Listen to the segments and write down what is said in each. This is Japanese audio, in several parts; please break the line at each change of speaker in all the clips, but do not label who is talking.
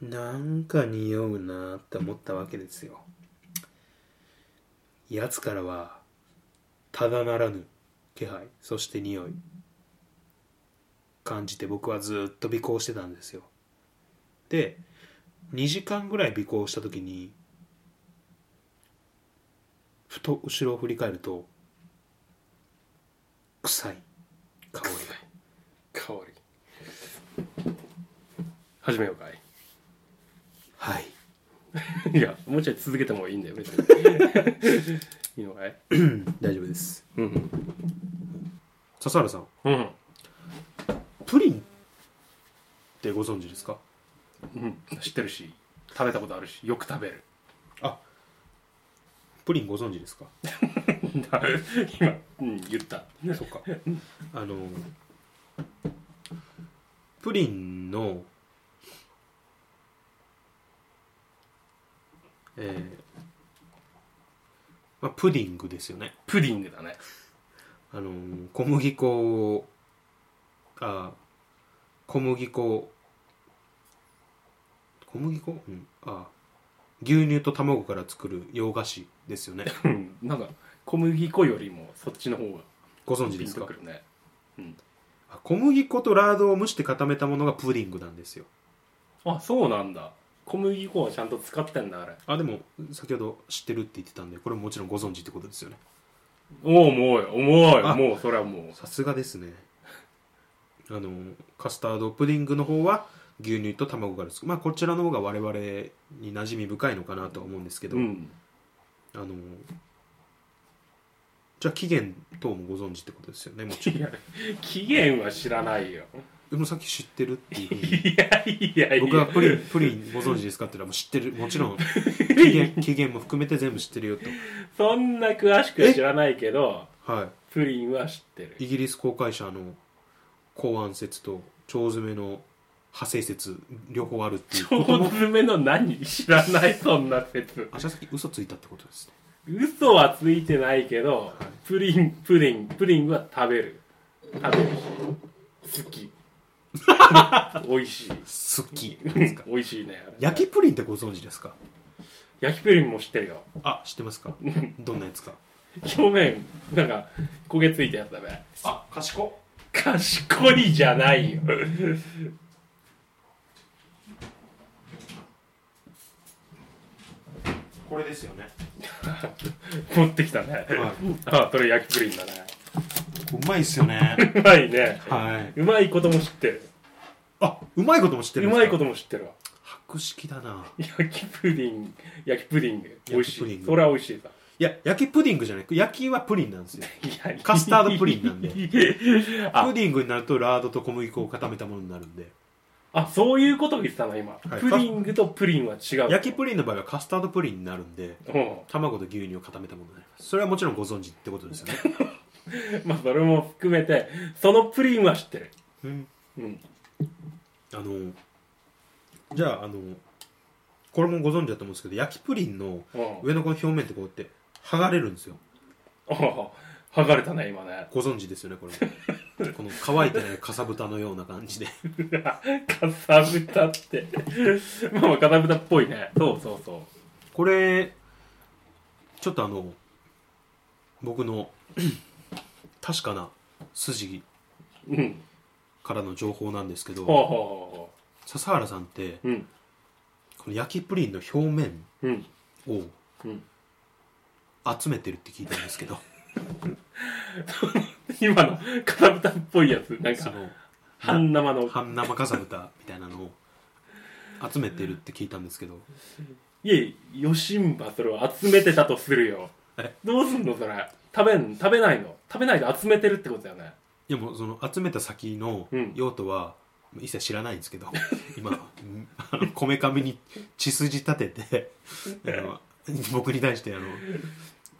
なんか匂うなって思ったわけですよ奴からはただならぬ気配そして匂い感じて僕はずっと尾行してたんですよで2時間ぐらい尾行した時にふと後ろを振り返ると臭い香りが
香り始めようかい
はい
いやもうちょい続けてもいいんだよ別に いいのかい
大丈夫です
うん
笹原さん
うん
プリンってご存知ですか
うん知ってるし食べたことあるしよく食べる
あプリンご存知ですか
今、うん、言った
そっかあのプリンのえーまあ、プディングですよね
プディングだね
あの小麦粉をあ小麦粉を小麦粉、うん、あ牛乳と卵から作る洋菓子です よね
うんなんか小麦粉よりもそっちの方が
ご存知
ピ
で
ン
す
と
か
くるねうん
あ小麦粉とラードを蒸して固めたものがプディングなんですよ
あそうなんだ小麦粉はちゃんと使ってんだあれ
あでも先ほど知ってるって言ってたんでこれももちろんご存知ってことですよね
おおもう重い
あ
もうそれはも
さすがですねあのカスタードプディングの方は牛乳と卵から作るまあこちらの方が我々に馴染み深いのかなとは思うんですけ
う
ど、
うん
あのじゃあ期限等もご存知ってことですよねもち
いや期限は知らないよ
ろんでもさっき知ってる っていうふうに
いやいやいや
僕がプリンプリンご存知ですかって言ったらもう知ってるもちろん期 限期限も含めて全部知ってるよと
そんな詳しくは知らないけど
はい
プリンは知ってる
イギリス公開者の公安説と腸詰めの派生説両方あるっていうこ
腸
とも
詰めの何知らないそんな説
あじゃあさっき嘘ついたってことですね
嘘はついてないけどプリンプリンプリンは食べる食べるし好き 美味しい
好きですか
美味しいね
焼きプリンってご存知ですか
焼きプリンも知ってるよ
あ知ってますかどんなやつか
表面なんか焦げついたやつだね
あ賢
賢いじゃないよ
これですよね
持ってきたね、
は
あそれ焼きプリンだね
うまいっすよね
うまいね
はいう
まいことも知ってる
あうまいことも知ってる
うん
です
ま
か
いことも知ってるわ
博識だな
焼きプリン焼きプリング美味し
焼きプリン
い
グ
それは美味しいさ
いや焼きプディングじゃない焼きはプリンなんですよ
いや
カスタードプリンなんで
あ
プディングになるとラードと小麦粉を固めたものになるんで
あそういうことを言ってたの今、
い
プリングとプリンは違う
焼きプリンの場合はカスタードプリンになるんで
リン
卵と牛乳を固めたものになりますそれはもちろんご存知ってこと ですよね
うんまあそれも含めてそのプリンは知ってる
うん
うん
あのじゃああのこれもご存知だと思うんですけど焼きプリンの
うん
上のこの表面ってこうやって剥がれるんですよ
おお剥がれたね今ね
ご存知ですよねこ れもこの乾いてないかさぶたのような感じで
かさぶたって まあまあかさぶたっぽいねそうそうそ
これちょっとあの僕の 確かな筋
ううん
からの情報なんですけ
ほ
ど
うほうほ
笹原さんって
うほううん
この焼きプリンの表面
うん
を
うん
集めてるって聞いたんですけど
今のかさぶたっぽいやつなん
そ
か
の
半生の
半生かさぶたみたいなのを集めてるって聞いたんですけど
いえよしんばそれを集めてたとするよ
え
どうすんのそれ食べん食べないの食べないで集めてるってことだよね
でもその集めた先の
うん
用途は一切知らないんですけど 今うんあのこめかみに血筋立て てあの僕に対してあの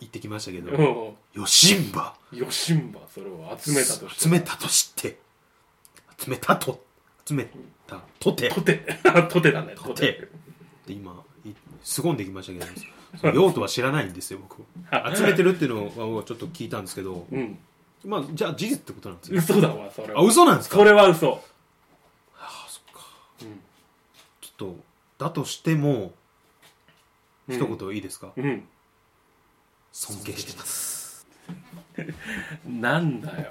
言ってきましたけど
う
「よしんば
んよしんばそれを集めたとして
集めたとして集めたと集めたとて」
とて とてだねとて
って今い凄んできましたけどその用途は知らないんですよ僕集めてるっていうのをちょっと聞いたんですけど
うん
まあじゃあ事実ってことなんですよ
嘘だわそれ
あ
は
嘘なんですか
それは嘘
ちょっとだとしても
うん
一言いいですか、
うん
尊敬してます
なんだよ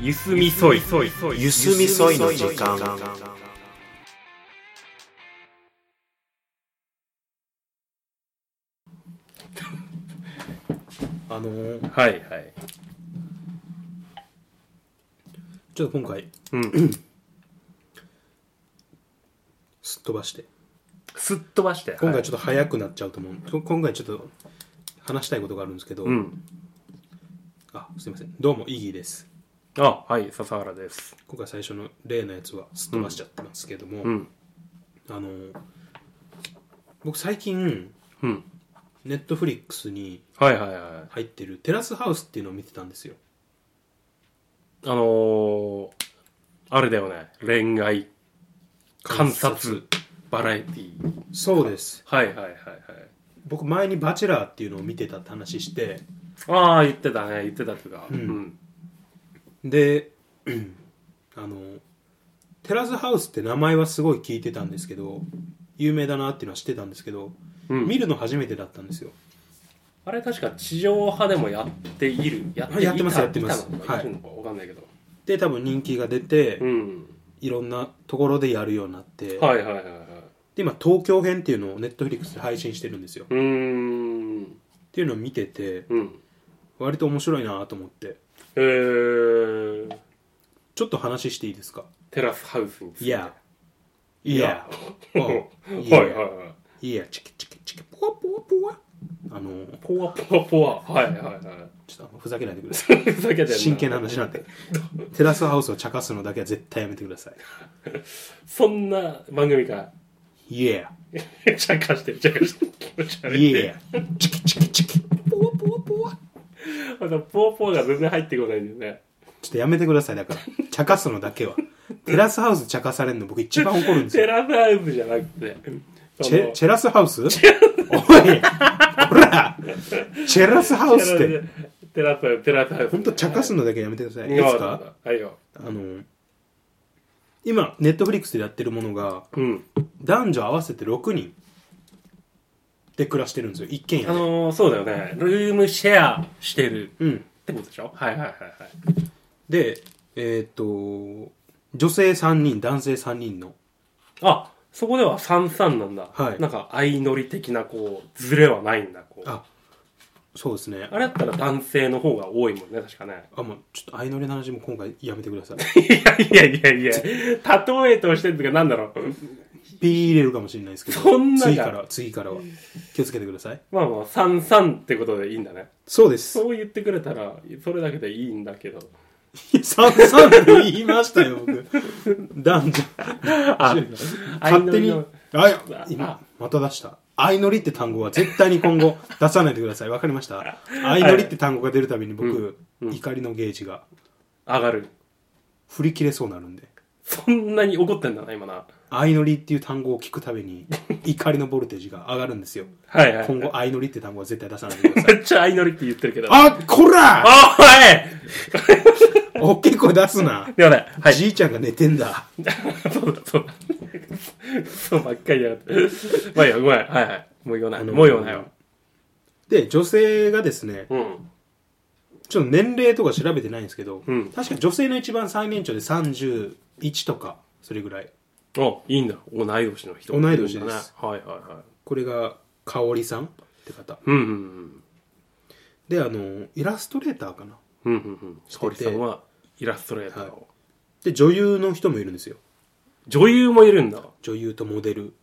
ゆすみそいそいそい
ゆすみそいの時間
あのー
はいはい
ちょっと今回
うん
すっ飛ばして
すっ飛ばして
今回
ち
ちょっと早くなっちゃうと思う、こ今回ちょっと話したいことがあるんですけど、
うん
あすいませんどうもイギーです
あはい笹原です
今回最初の例のやつはすっ飛ばしちゃってますけども、
うん
あのー僕最近
うん
ネットフリックスに
はいはいはい
入ってるテラスハウスっていうのを見てたんですよ
あのー、あれだよね恋愛観察バラエティー
そうです
はいはいはいはい
僕前に「バチェラー」っていうのを見てたって話して
ああ言ってたね言ってたっていうか
う
うんん
で うんあのテラスハウスって名前はすごい聞いてたんですけど有名だなっていうのは知ってたんですけど、
うん
見るの初めてだったんですよ
あれ確か地上波でもやっているやっていた
やってますやってます
いたの
はい
いるのかわかんないけど
で多分人気が出て、
うん
いろんなところでやるようになって、
はいはいはいはい
で今東京編っていうのをネットフリックスで配信してるんですよ、
うーん
っていうのを見てて
うん
割と面白いなと思って
えー、
ちょっと話していいですか
テラスハウスについて
い やいや
はいはいはい
いやチキチキチキポワポワポワあの
ポワポワポワはいはいはい
ちょっとあのふざけないでください
ふざけてんな
真剣な話なん でテラスハウスを茶化すのだけは絶対やめてください
そんな番組 か
Yeah
ちゃかしてるちゃかしてる気持ち悪い
Yeah チキチキチキポワポワポワ
まだポーポーが全然入ってこないんですね
ちょっとやめてくださいだから茶化すのだけはテラスハウス茶化されるの僕一番怒るんです
テ
よ
ラハウスじゃなくて
チェ
ェ
チェラスハウスおいほらチェラスハウスって
テラステラスハウス
本当茶化すのだけやめてくださいいい
いい
です
か
か
はいよ
あの今ネットフリックスでやってるものが
うん
男女合わせて6人で暮らしてるんですよ一軒家で
あのー、そうだよねルームシェアしてる
うん
ってことでしょはいはいはいはい
でえーっと女性3人男性3人の
あそこでは三三なんだ、
はい
なんか相乗り的なこうズレはないんだこう
あそうですね
あれだったら男性の方が多いもんね確かね
あもうちょっと相乗りの話も今回やめてくだ さい
いやいやいやいや、例えとしてっていうかなんだろう。
ピー入れるかもしれないですけど
そんなが
次からは次からは気をつけてください
まあまあ、三三ってことでいいんだね。
そうです
そう言ってくれたら、それだけでいいんだけど。
三三って言いましたよ僕男女
あ、
勝手に
相乗りの
あ今また出した相乗りって単語は絶対に今後出さないでくださいわかりました相乗りって単語が出るたびに僕、怒りのゲージが
上がる。
振り切れそうになるんで
そんなに怒ってんだな、今な。
相乗りっていう単語を聞くたび に怒りのボルテージが上がるんですよ
はいはい。
今後相乗りって単語は絶対出さないでください
めっちゃ相乗りって言ってるけど。
あこら
あはい
おっけ声出すな、
でもね、はい。
じいちゃんが寝てんだ
そうだ、そうだ。そうばっかりやがって。まあいいよ、ごめん。はいはい。もう言わない。
あの
もう言わないよ。
で女性がですね
うん。
ちょっと年齢とか調べてないんですけど、
うん
確か女性の一番最年長で31とかそれぐらい
あ、いいんだ。同い年の人。
同い年です。
はいはいはい。
これが香織さんって方
うんうんうん。
であのイラストレーターかな
うんうんうん。
てて
堀さんはイラストレーターを。
で女優の人もいるんですよ
女優もいるんだ。
女優とモデル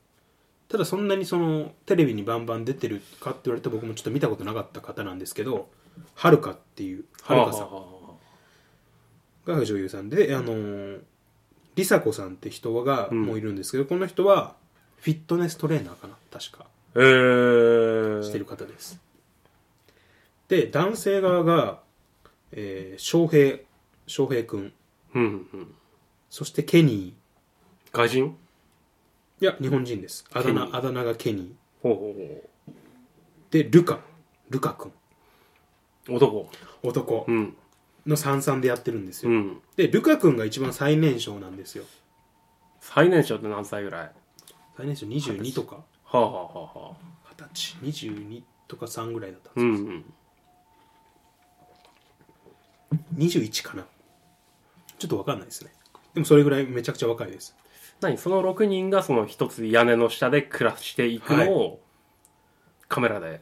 ただそんなにそのテレビにバンバン出てるかって言われて僕もちょっと見たことなかった方なんですけどはるかっていうはるかさ
はあ
ん
はあは
が女優さんであのりさこさんって人が
ん
もういるんですけど、この人はフィットネストレーナーかな確か
あえー。
してる方ですで男性側が、えー、翔平翔平君
うんうん
そしてケニ
外人
ーいや日本人ですあだ
ケニ
名
ー
あだ名がケニ
ほうほう
ーでルカルカ君
ほう男
男
うん
の三々でやってるんです
う
よ、
ん
でルカ君が一番最年少なんですよ
最年少って何歳ぐらい
最年少22とか
はあはあはあはあ
二十歳22とか3ぐらいだったんで
うんうん
すよ、21かなちょっと分かんないですねでもそれぐらいめちゃくちゃ若いです
何その6人がその一つ屋根の下で暮らしていくのをカメラで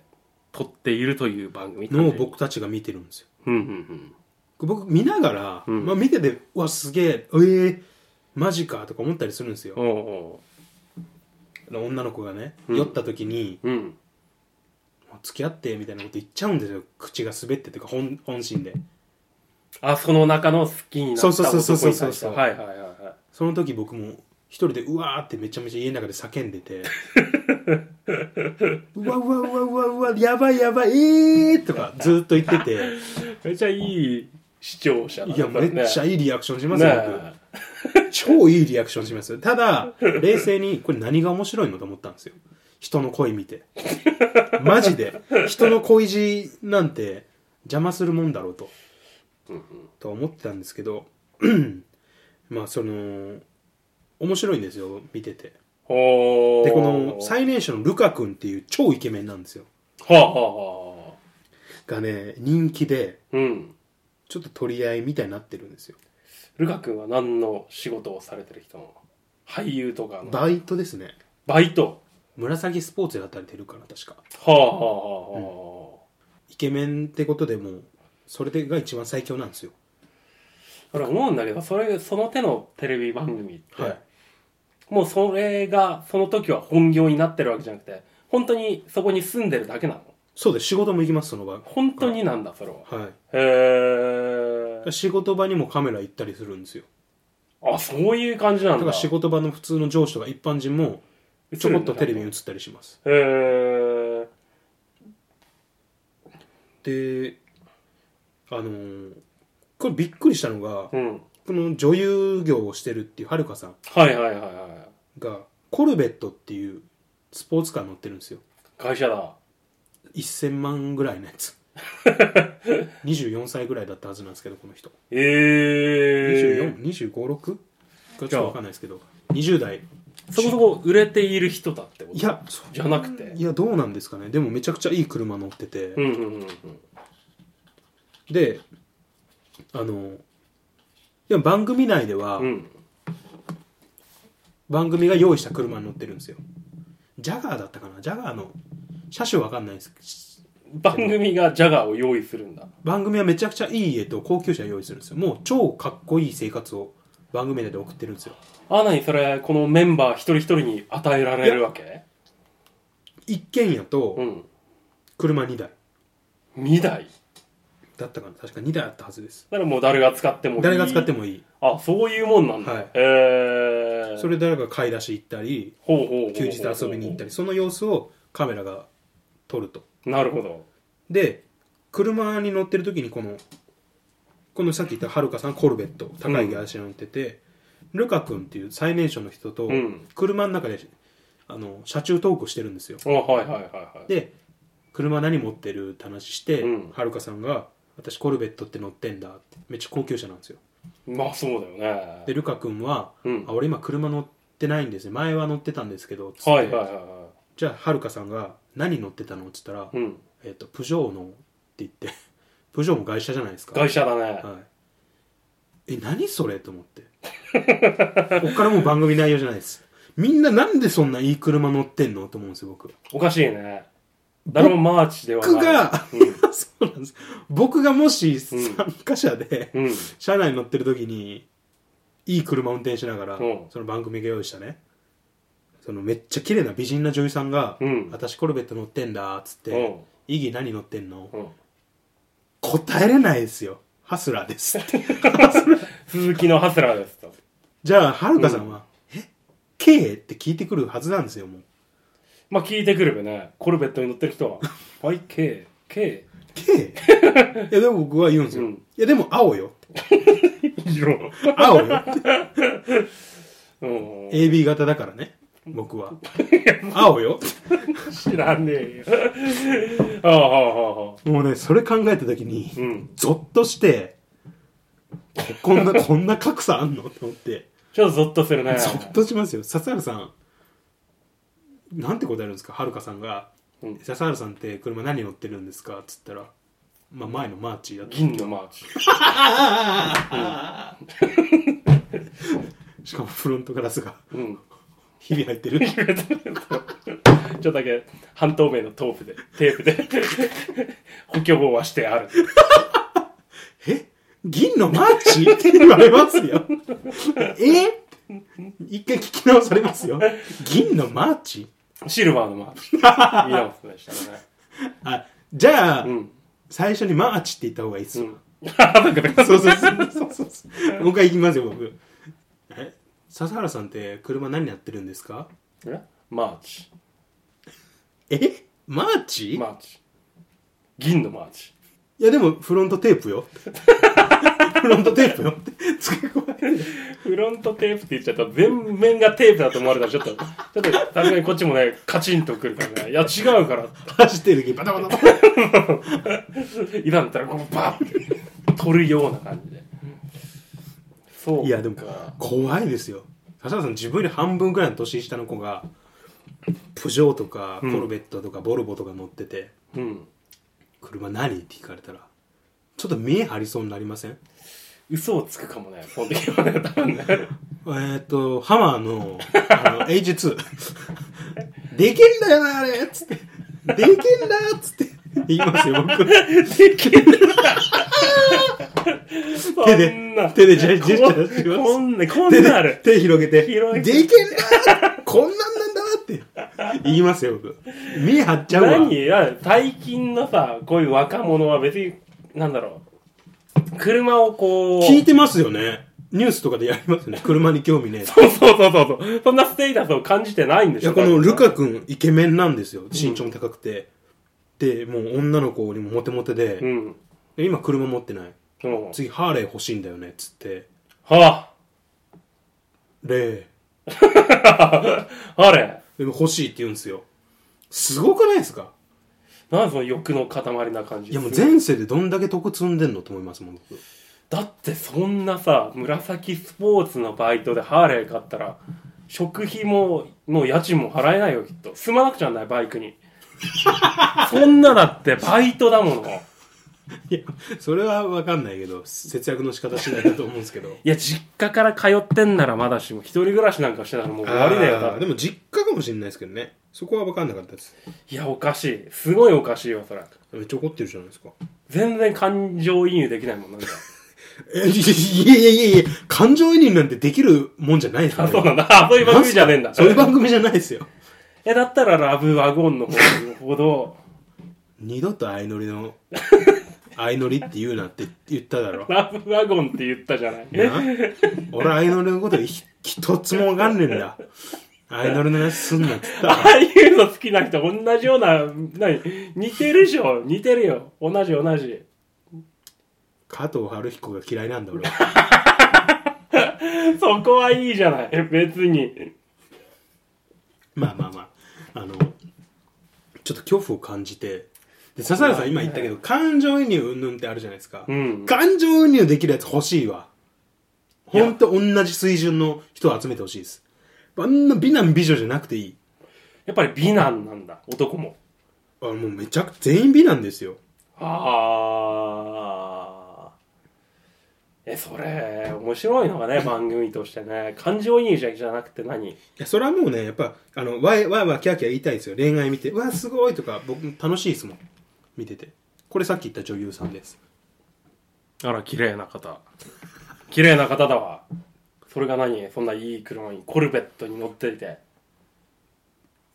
撮っているという番組って感
の
じ
を僕たちが見てるんですよ
うんうん
僕見ながら、
うん
まあ、見ててうわすげええー、マジかとか思ったりするんですよ
うんおうお
女の子がね、
うん
酔った時に
ううん
「もう付き合って」みたいなこと言っちゃうんですよ口が滑ってというか本本心で
あその中の好きになった男に対し
そう
て
そうそうそうそうそう
はいはいはいは
その時僕も一人でうわーってめちゃめちゃ家の中で叫んで てうわうわうわうわうわやばいやばいえーとかずっと言ってて
いめっちゃいい視聴者だ
いやめっちゃ
い
いいリアクションします
ね
よ、
え
僕超いいリアクションしますよただ冷静にこれ何が面白いのと思ったんですよ人の恋見てマジで人の恋路なんて邪魔するもんだろうと
うんうん
とは思ってたんですけど まあその面白いんですよ見てて
ほー
でこの最年少のルカ君っていう超イケメンなんですよ
はあはあはあ
がね人気で
うん
ちょっと取り合いみたいになってるんですよ
ルカ君は何の仕事をされてる人なの俳優とかの
バイトですね
バイト
紫スポーツで働いてるから確か
はあはあはあはあ
イケメンってことでもうそれでが一番最強なんですよ
俺思うんだけどそれその手のテレビ番組って、
はい
もうそれがその時は本業になってるわけじゃなくて本当にそこに住んでるだけなの
そうです仕事も行きますその場
本当になんだそれは
は
へ
い仕事場にもカメラ行ったりするんですよ
えあそういう感じな
だ
ん
か
だ
ら仕事場の普通の上司とか一般人もちょこっとテレビに映ったりします
へえ
であのーこれびっくりしたのが
うん
この女優業をしてるっていうはるかさん
はいはいはいはい
がコルベットっていうスポーツカー乗ってるんですよ
会社だ
1000万ぐらいのや つ24歳ぐらいだったはずなんですけどこの人
ええ
242526かち
じ
ょっ
ゃあ
と分かんないですけど20代
そこそこ売れている人だってこと
いやそう
じゃなくて
いやどうなんですかねでもめちゃくちゃいい車乗ってて、
うんうんうんうん
であのでも番組内では、
うん
番組が用意した車に乗ってるんですよジャガーだったかなジャガーの車種は分かんないです
番組がジャガーを用意するんだ
番組はめちゃくちゃいい家と高級車用意するんですよもう超かっこいい生活を番組内で送ってるんですよ
あなにそれこのメンバー一人一人に与えられるわけ
一軒家
う
と
ん
車2台
2台
だったかな確か2台あったはずです
だからもう誰が使ってもいい
誰が使ってもいい
あそういうもんなんだ、
はい
えー、
それで誰か買い出し行ったり
ほうほうほうほう
休日遊びに行ったりその様子をカメラが撮ると
なるほど
で車に乗ってる時にこのこのさっき言ったはるかさんコルベット高いギャラシに乗ってて、ルカ君っていう最年少の人と
うん
車の中であの車中トークしてるんですよ
あはいはいはいはい
で車何持ってるって話して、
うん
はるかさんが「私コルベットって乗ってんだ」ってめっちゃ高級車なんですよ
まあそうだよね
でルカ君は「
うん
あ俺今車乗ってないんですね前は乗ってたんですけど」つって、
はいはいはいは
じゃあはるかさんが「何乗ってたの?」っつったら「
いうん
えっとプジョーの」って言って プジョーも外車じゃないですか
外車だね
はい、え何それと思ってこっからもう番組内容じゃないですみんななんでそんないい車乗ってんのと思うんですよ僕
おかしいね誰もマーチではない
僕が
うん、
そうなんです僕がもし
ん
参加者で、
うん、
車内に乗ってる時にいい車運転しながら、
うん
その番組が用意したねそのめっちゃ綺麗な美人な女優さんが「
うん
私コルベット乗ってんだ」っつって
うん
「イギ何乗ってんの
うん、
答えれないですよ「ハスラーです」って
鈴木のハスラーですと
じゃあ、はるかさんは、え ?K? って聞いてくるはずなんですよ、もう。
まあ聞いてくればねコルベットに乗ってる人は「はい KK
K? いや、でも僕は言うんですよ。
うん
いや、でも青よって。
色。
青 よ
うん。
AB 型だからね僕 は青よ
知らねえよ。ああ、はあ、はあ、はあ。
もうねそれ考えた時に
うん。
ゾッとしてこんなこんな格差あんのと思って
ちょっとゾッとするね。
ゾッとしますよ笹原さんなんて答えるんですかはるかさんが
う
「
ん
笹原さんって車何乗ってるんですか?」っつったら「まあ、前のマーチーだと
銀のマーチ。」
しかもフロントガラスが
うん。
ひび入ってる
ちょっとだけ半透明のトープで、テープで、 補強棒はしてある。
え銀のマーチって言われますよ。 え一回聞き直されますよ。銀のマーチ
シルバーのマー チ。見直すでしたね。
あ、じゃあ、
うん。
最初にマーチって言った方がいいっす
う
よ。
ん。あ、なんかね。
そうそうそうそうそうそう。もう一回言いますよ、僕。え笹原さんって車何やってるんですか
えマーチ。
えマーチ、
マーチ。銀のマーチ。
いやでもフロントテープ よ。フロントテープよ って付け加えて。
フロントテープって言っちゃったら全面がテープだと思われたらちょっと、ちょっとさすがにこっちもね、カチンとくるからね。いや、違うから。
走ってる時バタバタバタ。
今だったらこうバーって取るような感じで。そうか。
いやでも怖いですよ笹原さん自分より半分くらいの年下の子がプジョーとかコ
うん
ルベットとかボルボとか乗ってて、
うん。
車何って聞かれたらちょっと見え張りそうになりません
嘘をつくかもね、その時はね、多分ね。
えーっ、とハマーの あの H2 でけんだよなあれっつってでけんだっつって言いますよ僕
できる
手
そん
で
な
手でジェジェスチャーします
こんな、こ
手
ん
で
なある。
手広げて
広げ
でけんだこんなんなんだなって言いますよ僕見え張っちゃうわ
何いや最近のさ、こういう若者は別に、なんだろう。車をこう。
聞いてますよね。ニュースとかでやりますよね。車に興味ねえって。
そうそうそうそうそう。そんなステータスを感じてないんで
い
しょ
や、このルカ君、イケメンなんですよ。身長も高くて。で、もう女の子にもモテモテで、
うん。
で今車持ってない。
うん。
次、ハーレー欲しいんだよね、つって。
は
レ
あ、あれ。
ー。でも欲しいって言うんですよ。すごくないですか
なんでその欲の塊な感じ
いや、もう前世でどんだけ得積んでんのと思いますもん、僕。
だってそんなさ、紫スポーツのバイトでハーレー買ったら、食費も、もう家賃も払えないよ、きっと。住まなくちゃなんない、バイ クに。そんなだって、バイトだもの。
いや、それはわかんないけど、節約の仕方しないだと思うんですけど。
いや、実家から通ってんならまだしも、一人暮らしなんかしてたらもう終わりだよ、だ
あー
っ
で
て。
も実家かもしれないですけどね。そこはわかんなかったです。
いや、おかしい。すごいおかしいよ、それ。
めっちゃ怒ってるじゃないですか。
全然感情移入できないもん、なんか。
え いやいやいやいや、感情移入なんてできるもんじゃないです
あ、
よ。
そうなんだ。あ、そういう番組じゃねえんだ。
そういう番組じゃないですよ。
え、だったらラブワゴンの方ほど、
二度と相乗り の、相乗りって言うなって言っただろ。な
ラブワゴンって言ったじゃない。
俺相乗りのことひ一つもわかんねえんだ。相乗りのやつすんなって言ったら
ああいうの好きな人同じような、何似てるでしょ似てるよ。同じ同じ。
加藤春彦が嫌いなんだ俺。
そこはいいじゃない。別に。
まあまあまあ。あの、ちょっと恐怖を感じて。で、笹原さん今言ったけど、感情移入うんぬんってあるじゃないですか。
うん。
感情移入できるやつ欲しいわ。ほんと同じ水準の人を集めてほしいです。あんな美男美女じゃなくていい。
やっぱり美男なんだ。男も。
あもうめちゃくちゃ全員美男ですよ。
ああ。え、それ、面白いのが ね、番組としてね。感情移入じゃじゃなくて何
いやそれはもうね、やっぱ、あの、わいわいわいキャーキャー言いたいですよ。恋愛見て、わあすごいとか、僕楽しいですもん。見てて。これさっき言った女優さんです。
あら、綺麗な方。綺麗な方だわ。それが何そんないい車に、コルベットに乗っていて。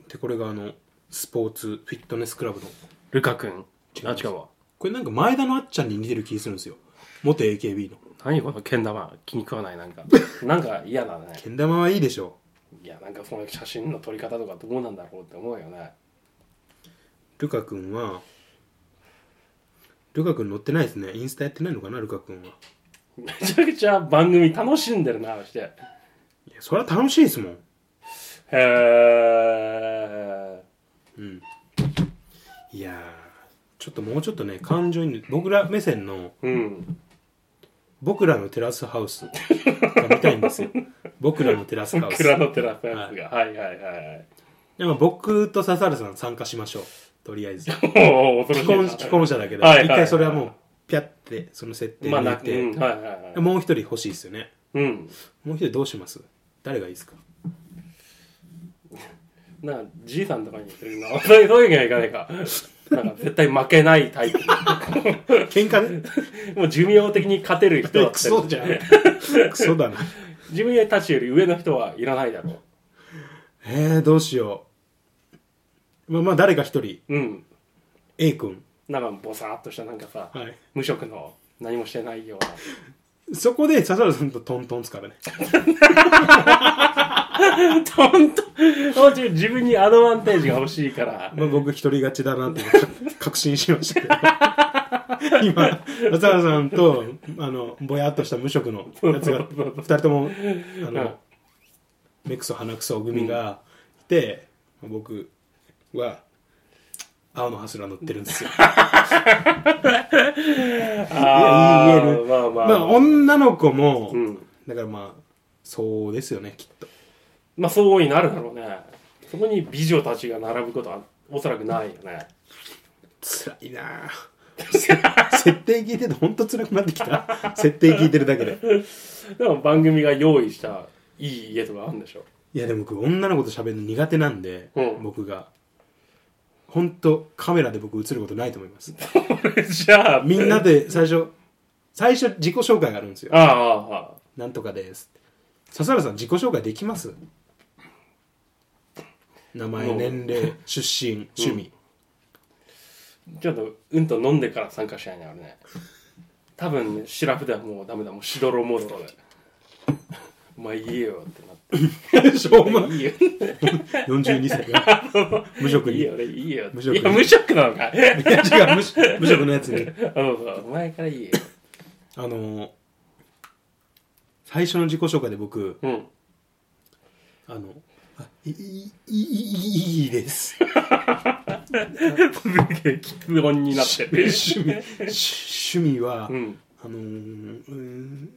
で、これがあの、スポーツフィットネスクラブの。
ルカ君。
違う
あ、違うわ。
これなんか前田のあっちゃんに似てる気するんですよ。元 AKB の。
何このけん玉気に食わないなんか なんか嫌だね
けん玉はいいでしょ
いやなんかその写真の撮り方とかどうなんだろうって思うよね
う。ルカ君は、ルカ君乗ってないですね。インスタやってないのかな、ルカ君は。
めちゃくちゃ番組楽しんでるなして
いやそれは楽しいですもん
へえ
うんいやーちょっともうちょっとね感情に僕ら目線の
うん
僕らのテラスハウスが見たいんです よ僕らのテラスハウス
蔵のテラスやつが、はい、はいはいはい
でも僕と笹原さん参加しましょう とりあえず既
おお 恐
婚
ろしいな
既婚者だけど、
はいはいはい
一回それはもうピャってその設定に
まあ
入
な
れ
く
て、
うんはいはいはい
もう一人欲しいですよね
うん
もう一人どうします誰がいいですか
なんかじいさんとかに言ってるな そういうそういうわけにはいかないかなんか絶対負けないタイプ
喧 嘩で
もう寿命的に勝てる人だっ
ク
て
ソじゃん クソだな
自分たちより上の人はいらないだろ
えー、どうしようまあまあ誰か一人
ううん
A 君
なんかボサーっとしたなんかさ
はい
無職の何もしてないような
そこで笹原さんとトントンっすからね
本当もちろん自分にアドバンテージが欲しいから
まあ、僕一人勝ちだなって 確確信しま したけど今松原さんとあのぼやっとした無職のやつが2人ともあの、目くそ鼻くそ組がいて、僕は青のハスラ乗ってるんですよ
あ
いや
ー
言える
まあまあ、
まあ女の子も、
うん
だからまあそうですよねきっと
まあそうになるだろうねそこに美女たちが並ぶことはおそらくないよね
辛い なあせ 設定聞いてて本当辛くなってきた設定聞いてるだけで
でも番組が用意したいい家とかあるんでしょ
いやでも僕女の子と喋るの苦手なんで、
うん
僕が本当カメラで僕映ることないと思います
じゃあ
みんなで最初最初自己紹介があるんですよ
ああああ
「なんとかです」笹原さん自己紹介できます名前
うん
年齢出身趣味、
ちょっとうんと飲んでから参加しないねあれね多分ねシラフではもうダメだもうしどろもどろでお前言えよってなっ
しょうもな
ていいよ
42歳が 無職
い
に
い
い
よ俺いいよ
無職
いや無職なのかあ
や違う無職無職のやつに
そうそうお前からいいよ
あのー最初の自己紹介で僕
うん
あの、あいい、いい、いいです。
すげえ聞く音になってる
趣味、趣味は、
うん
あのーうーん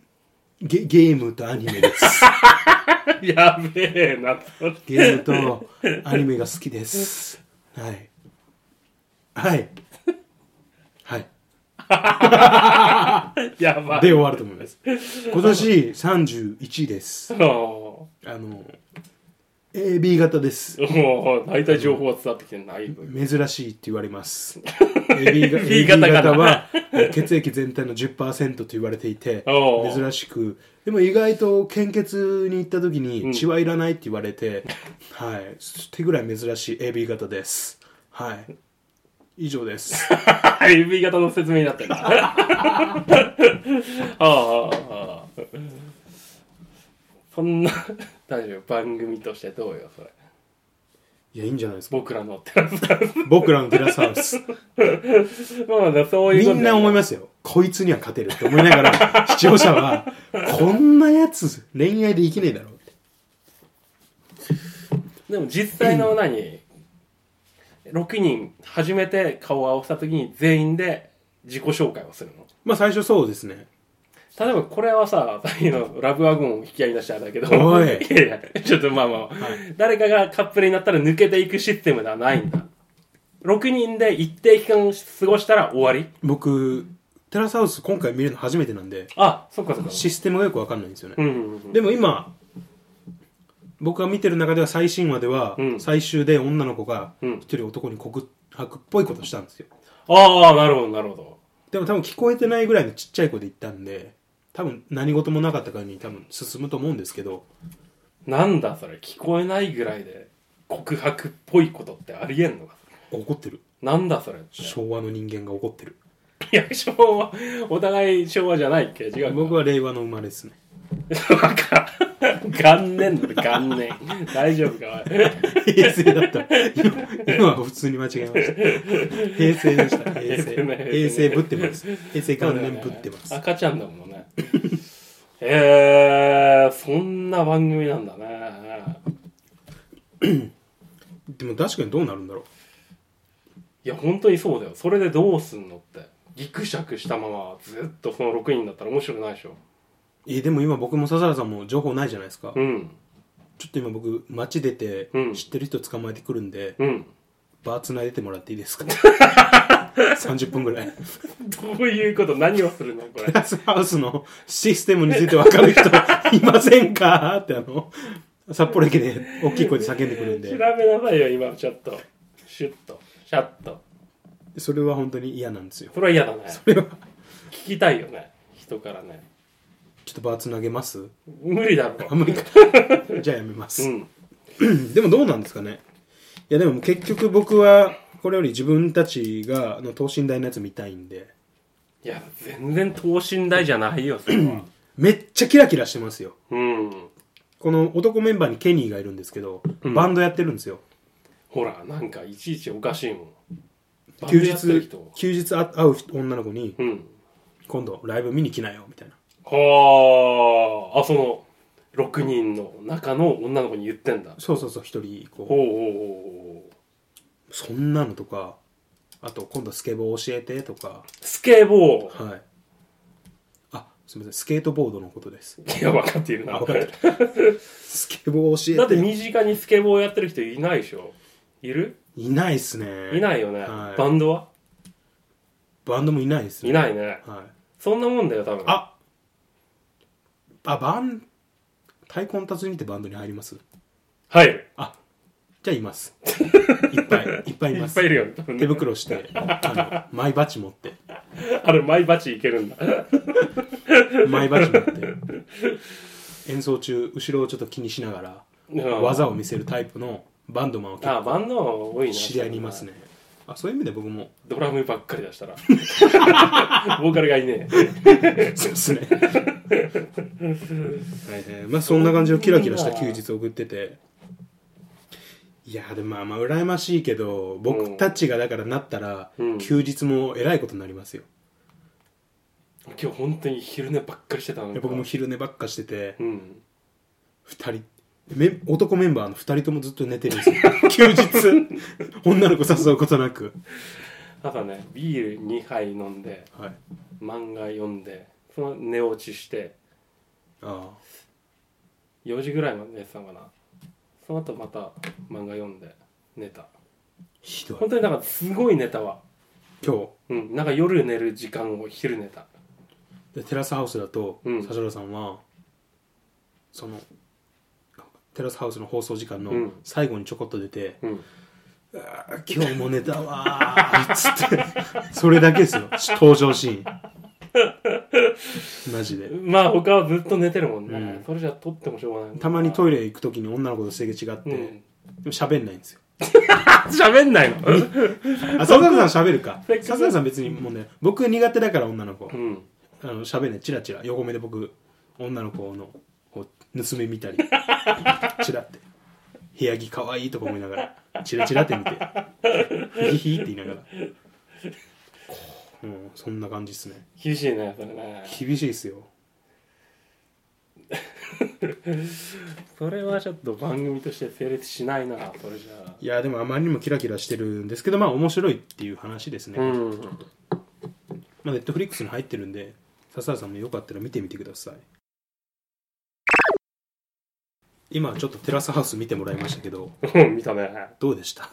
ゲ、ゲームとアニメです。
やべえなそれ
ゲームとアニメが好きです。はい。はい。はい。
やば
で終
い
わると思います。今年31です
あ。の
あの、AB 型です。
もう大体情報は伝わってきてない
珍しいって言われ ます。AB, が
B
AB
型かな
型はえ血液全体の10%と言われていて
おう
珍しくでも意外と献血に行った時
うん
に血はいらないって言われ て、はい手ぐらい珍しい AB 型ですはい以上です
AB 型の説明にな ってるなあああああそんな大丈夫番組としてどうよそれ
いやいいんじゃないですか
僕らのテラスハウス
僕らのテラスハウ ス
まあねそういう
み
こと
んな思い
ま
ますよこいつには勝てるって思いなが ら視聴者はこんなやつ恋愛できねえだろうって
すでも実際の何6人初めて顔を合わせた時に全員で自己紹介をするの
まあ最初そうですね
例えばこれはさ、さっきのラブワゴンを引 き合いに出したんだけど、
おい
ややちょっとまあまあ、誰かがカップルになったら抜けていくシステムではないんだ。6人で一定期間過ごしたら終わり
僕テラスハウス今回見るの初めてなんで
あ、そっかそっか。
システムがよくわかんないんですよね
う、んうんうん。
でも今僕が見てる中では最新話では、
うん
最終で女の子が
うん
一人男に告白っぽいことしたんですよ
ああ、なるほど、なるほど。
でも多分聞こえてないぐらいのちっちゃい子で言ったんで多分何事もなかったからに多分進むと思うんですけど
なんだそれ、聞こえないぐらいで告白っぽいことってありえんのか
怒ってる
なんだそれって。
昭和の人間が怒ってる
いや、昭和、お互い昭和じゃないっけ違うか。
僕は令和の生まれですね
バカ。元年だろ、元年。大丈夫か、おい。
平成だ った今今は普通に間違えました平成でした平成
平成ね
平成ぶってます平成元年ぶってます
赤ちゃんだもんねえー、そんな番組なんだね。
でも確かにどうなるんだろ
いや、本当にそうだよ。それでどうすんのって。ギクシャクしたまま、ずっとその6人だったら面白くないでしょ。
うえでも今僕も笹原さんも情報ないじゃないですか、
うん。
ちょっと今僕街出て
うん
知ってる人捕まえてくるんで、
うん。
バーつないでてもらっていいですか 30分ぐらい
どういうこと何をするのこ れ。
ラスハウスのシステムについて分か る人いませんかってあの札幌駅で大きい声で叫んでくるん
調
で
べなさいよ、今、ちょっと。シュッと。シャッと。
それは本当に嫌なんですよ
それは嫌だね。
それは
聞きたいよね。人からね。
ちょっとバーつなげます
無理だろ
あ。無理かじゃあやめま
う
す、
ん。
でもどうなんですかねいやでも結局僕はこれより自分たちがあの等身大のやつ見たいんで
いや、全然等身大じゃないよ、それは。
めっちゃキラキラしてますよ
うん。
この男メンバーにケニーがいるんですけど、
うん
バンドやってるんですよ
ほら、なんかいちいちおかしいもん。
休
バンドやってる
日
人
休日あ会う女の子に
うん。
今度ライブ見に来なよみたいな
はあ、あ、その、6人の中の女の子に言ってんだ。
そうそうそう一人
ほう
こ
ほうほうほう。
うそんなのとかあと今度スケボー教えてとか
スケボ
はいあすみませんスケートボードのことです
ー。いや、分かっているな。
あ
だ
分かったスケボー教
っ
えて
て身近にスケボーやってる人いないでしょ。いる
いないっすね
いないよね。
はい
バンドは
バンドもいないですね
いないね。
はい
そんなもんだよ、多分。
ああバン太鼓の達人ってバンドに入ります
入る。
じゃあいます いっぱいいっぱいい
い
ま
っ
す
ぱいいるよね、多分
手
ね。
袋してあのマイバチ持って
あれ、マイバチいけるんだ。
マイバチ持って演奏中後ろをちょっと気にしながら
うん
技を見せるタイプのバンドマンを結
あ、バンドは多
構
いな。
知り合いにいますねあそういう意味で僕も
ドラムばっかり 出したらボーカルがいねえ
そうですねはい、えーまあそんな感じのキラキラした休日を送ってていやーでもまあまあ羨ましいけど僕たちがだからなったら
うん
休日もえらいことになりますよ、
今日本当に昼寝ばっかりしてたの
いや僕も昼寝ばっかしてて
うん
2人め男メンバーの2人ともずっと寝てるんですよ休 日女の子誘うことなく、
朝ねビール2杯飲んで
はい、
漫画読んでその寝落ちして
ああ
4時ぐらいまで寝てたのかなその後また漫画読んで寝た
ひどい
本当になんかすごい寝たわ
今日
うんなんか夜寝る時間を昼寝た
でテラスハウスだと、
うん
指原さんはそのテラスハウスの放送時間の
うん
最後にちょこっと出て
うん
「あー今日も寝たわー」っつってそれだけですよ登場シーンマジで
まあ他はずっと寝てるもんね、
うん
それじゃ撮ってもしょうがない
たまにトイレ行く時に女の子とすれ違って、
う
で
ん
も喋んないんですよ
喋んない の
あ笹原さん喋るか
せっかく
笹原さん別にもうね僕苦手だから女の子
うん
あの喋んないチラチラ横目で僕女の子のこう盗み見たり チラって部屋着可愛いとか思いながらチラチラって見てヒヒヒって言いながらこううんそんな感じですね
厳しいねそれね
厳しいですよ
それはちょっと番組として成立しないなそれじゃあ
いやでもあまりにもキラキラしてるんですけどまあ面白いっていう話ですね、
うん
まあ、ネットフリックスに入ってるんで笹原さんもよかったら見てみてください今ちょっとテラスハウス見てもらいましたけど
うん見たね
どうでした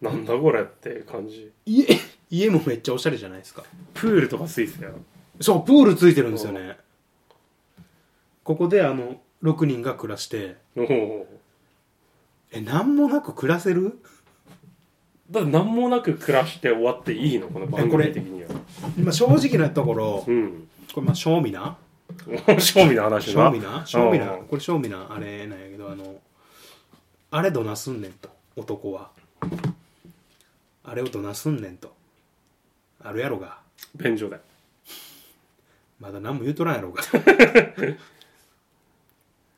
なんだこれっていう感じ
家家もめっちゃおしゃれじゃないですか
プールとかスイスだよ
そうプールついてるんですよねここであの6人が暮らして
おお
え何もなく暮らせる
だって何もなく暮らして終わっていいのこの番
えこれ
組的には
今正直なところ
うん
これまあ正味な
賞味の話
正
な
味な正味な
うん
これ正味なあれなんやけどあのあれどなすんねんと男はあれをどなすんねんとあるやろが
便所で
まだ何も言うとらんやろ が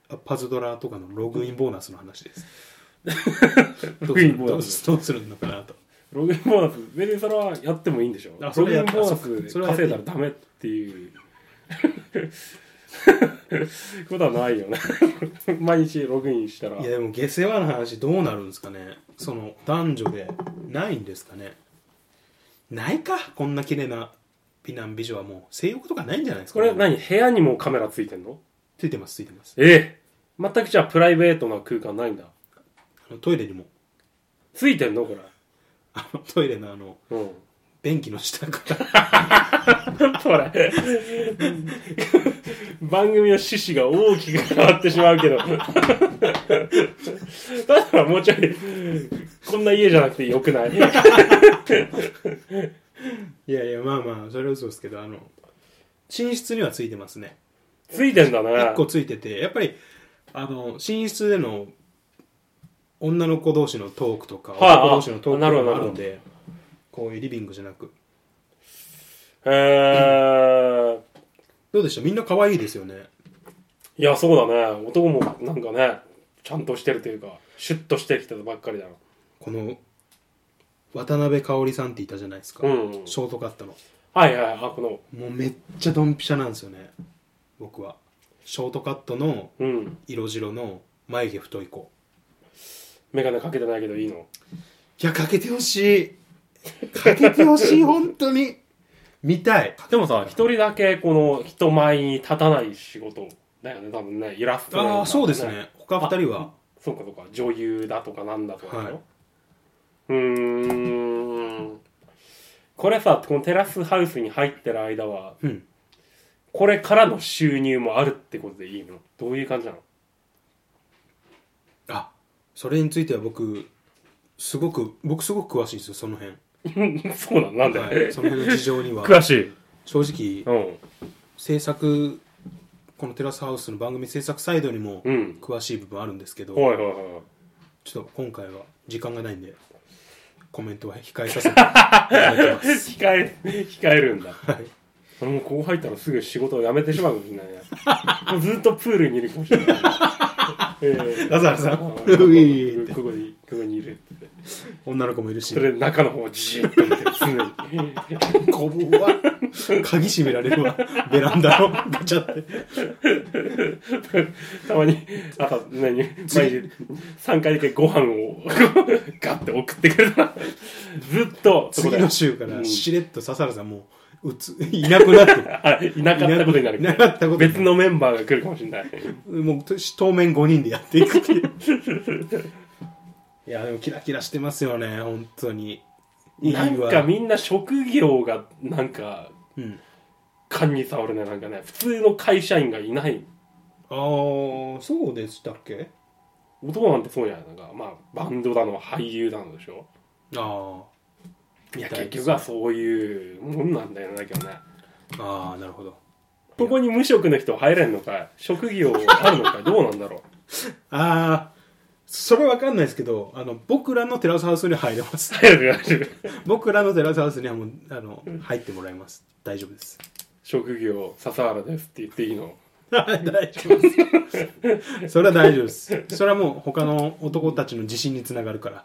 あパズドラとかのログインボーナスの話です ど
ロ
う
グ
す
イ
る
ンボーナス
どうするのかなと
ログインボーナス全然それはやってもいいんでしょ
あ
ロ
そ
グ
れ
イ
や
ン
った
ボー
あそっ
ナ
か
ス
それはやってい
稼
い
いだらダメっていう ことはないよね 毎日ログインしたら
いやでも下世話な話どうなるんですかねその男女でないんですかねないかこんな綺麗な美男美女はもう性欲とかないんじゃないですか
こ
ね、
れ何部屋にもカメラついてんの
ついてますついてます
ええ全くじゃあプライベートな空間ないんだ
あのトイレにも
ついてんのこれ
あのトイレのあの
うん
便器の下から
それ番組の趣旨が大きく変わってしまうけどだったらもうちょいこんな家じゃなくてよくない
いやいやまあまあそれは嘘ですけどあの寝室にはついてますね
ついてんだね
1個ついててやっぱりあの寝室での女の子同士のトークとか
はい
男同士のトークと
あな
か
るほど
もあるんでこういうリビングじゃなく
えー、
どうでしたみんな可愛いですよね
いやそうだね男もなんかねちゃんとしてるというかシュッとしてきたばっかりだな
この渡辺香織さんっていたじゃないですか、
うん
ショートカットの
はいはいあこの
もうめっちゃドンピシャなんですよね僕はショートカットの
うん
色白の眉毛太い子
眼鏡かけてないけどいいの
いやかけてほしいかけてほしい本当に見たい
でもさ一人だけこの人前に立たない仕事だよね多分ねイラストレーター
ああそうですね他二人は
そうかそうか女優だとかなんだとかでしょ、
はいう
ーんこれさこのテラスハウスに入ってる間は
うん
これからの収入もあるってことでいいのどういう感じなの
あそれについては僕すごく僕すごく詳しいんですよその辺、
そうなんなんで、
はい、その辺の事情には
詳しい、
正直
うん、
制作このテラスハウスの番組制作サイドにも
うん
詳しい部分あるんですけど、
はいはいはい
ちょっと今回は時間がないんでコメントは控えさせていただき ます
控え控えるんだ
はい
もうここ入ったらすぐ仕事を辞めてしまうかもしれ ないねもうずっとプールにいるかもしれない、ええ
ラザールさ
こ
ん
こ
ういって
ここにここにいるって
女の子もいるし
それで中の方をじーっと見てる常に
こぶは鍵閉められるわベランダのガチャって
た まに朝何毎日3回だけご飯を ガッて送ってくれたらずっとそこ
次
で
の週か
う
ら
ん
しれっと笹原さんもううついなくなってる
あいなかったことになる
いなかったことになる
別のメンバーが来るかもしれない
もうと当面5人でやっていくっていう いやでもキラキラしてますよね本当にいいわ
なんかみんな職業がなんか
うん
勘に触るねなんかね普通の会社員がいない
ああそうでしたっけ
男なんてそうじゃないなんかまあバンドだの俳優だのでしょ
ああ
いや結局はそういうもんなんだよねだけどね
ああなるほど
ここに無職の人入れんのかい職業あるのかいどうなんだろう
ああそれわかんないですけどあの僕らのテラスハウスには入れます
早くやる
僕らのテラスハウスにはもうあの入ってもらいます大丈夫です
職業笹原ですって言っていいの
はい 大丈夫ですそれは大丈夫ですそれはもう他の男たちの自信につながるから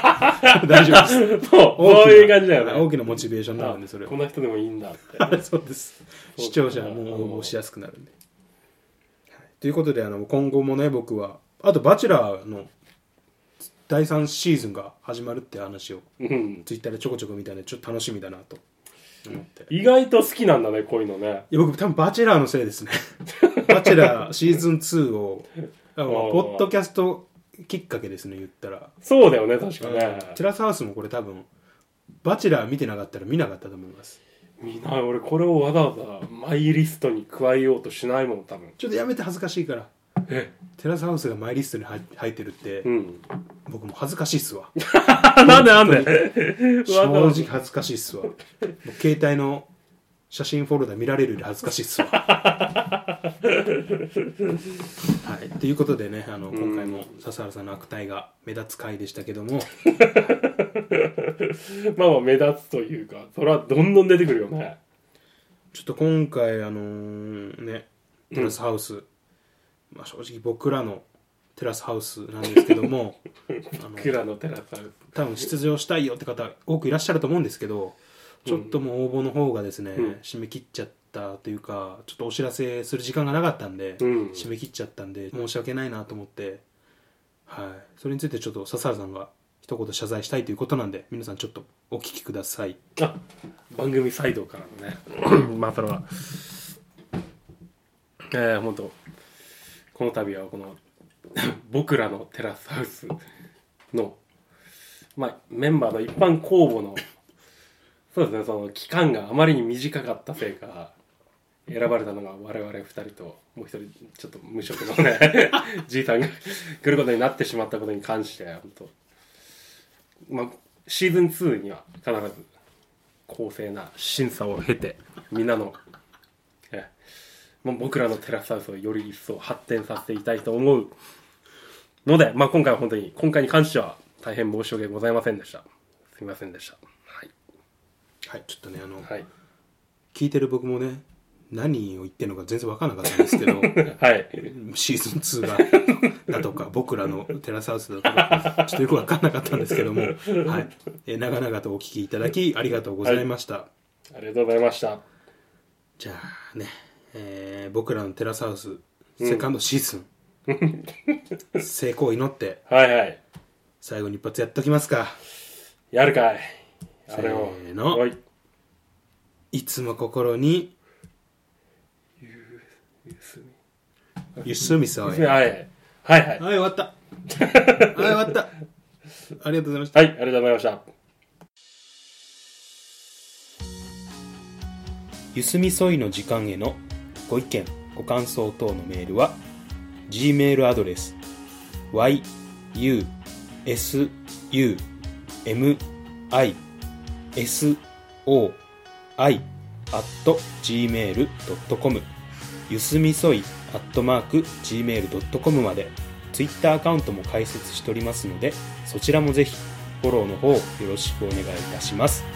大丈夫です
そうそういう感じだよね
大きなモチベーションになるんで それは
あこんな人でもいいんだって
そうです視聴者はもう応募しやすくなるんで、はいということであの今後もね僕はあと「バチェラー」の第3シーズンが始まるって話を
うん
ツイッターでちょこちょこ見たんでちょっと楽しみだなと思って、い
意外と好きなんだねこういうのね
や僕多分「バチェラー」のせい ですね「バチェラー」シーズン2をあの
あー
ポッドキャストきっかけですね言ったら
そうだよね確かね
テラスハウスもこれ多分「バチェラー」見てなかったら見なかったと思います
みんな俺これをわざわざマイリストに加えようとしないもん多分
ちょっとやめて恥ずかしいから
え
テラスハウスがマイリストに入入ってるって、
うん
僕も恥ずかしいっすわ
あなんでなんで
正直恥ずかしいっすわもう携帯の写真フォルダ見られるより恥ずかしいっすわはいということでねあの今回も笹原さんの悪態が目立つ回でしたけども
まあまあ目立つというかそれはどんどん出てくるよね
ちょっと今回あのーねテラスハウス、まあ、正直僕らのテラスハウスなんですけどもあの
クラのテラスハウス
多分出場したいよって方多くいらっしゃると思うんですけどちょっともう応募の方がですね、
うん
締め切っちゃっったというかちょっとお知らせする時間がなかったんで、
うん
締め切っちゃったんで申し訳ないなと思って、はい、それについてちょっと笹原さんが一言謝罪したいということなんで皆さんちょっとお聞きください
あ番組サイドからのね まあそれはえー、本当この度はこの 僕らのテラスハウスの、まあ、メンバーの一般公募のそうですねその期間があまりに短かったせいか選ばれたのが我々二人ともう一人ちょっと無職のね じいさんが来ることになってしまったことに関して本当まあシーズン2には必ず公正な審査を経てみんなのえもう僕らのテラスハウスをより一層発展させていきたいと思うので、まあ、今回は本当に今回に関しては大変申し訳ございませんでしたすみませんでしたはい、
はいちょっとねあの、
はい
聞いてる僕もね何を言ってるのか全然分からなかったんです けど
はい、
シーズン2がだと か僕らのテラスハウスだとかちょっとよく分かんなかったんですけども、はい、え長々とお聞きいただきありがとうございました、
ありがとうございました
じゃあね、えー僕らのテラスハウスセカンドシーズン、成功を祈って
はいはい
最後に一発やっときますか
やるかいあれを
せーの
おい
いつも心にゆっすみさおい
はいはいはい
はい終わったはい終わったありがとうございました
はいありがとうございました
ゆすみそいの時間へのご意見ご感想等のメールは g メールアドレス y u s u m i s o i gmail.com ゆすみそい gmail.com までツイッターアカウントも開設しておりますのでそちらもぜひフォローの方よろしくお願いいたします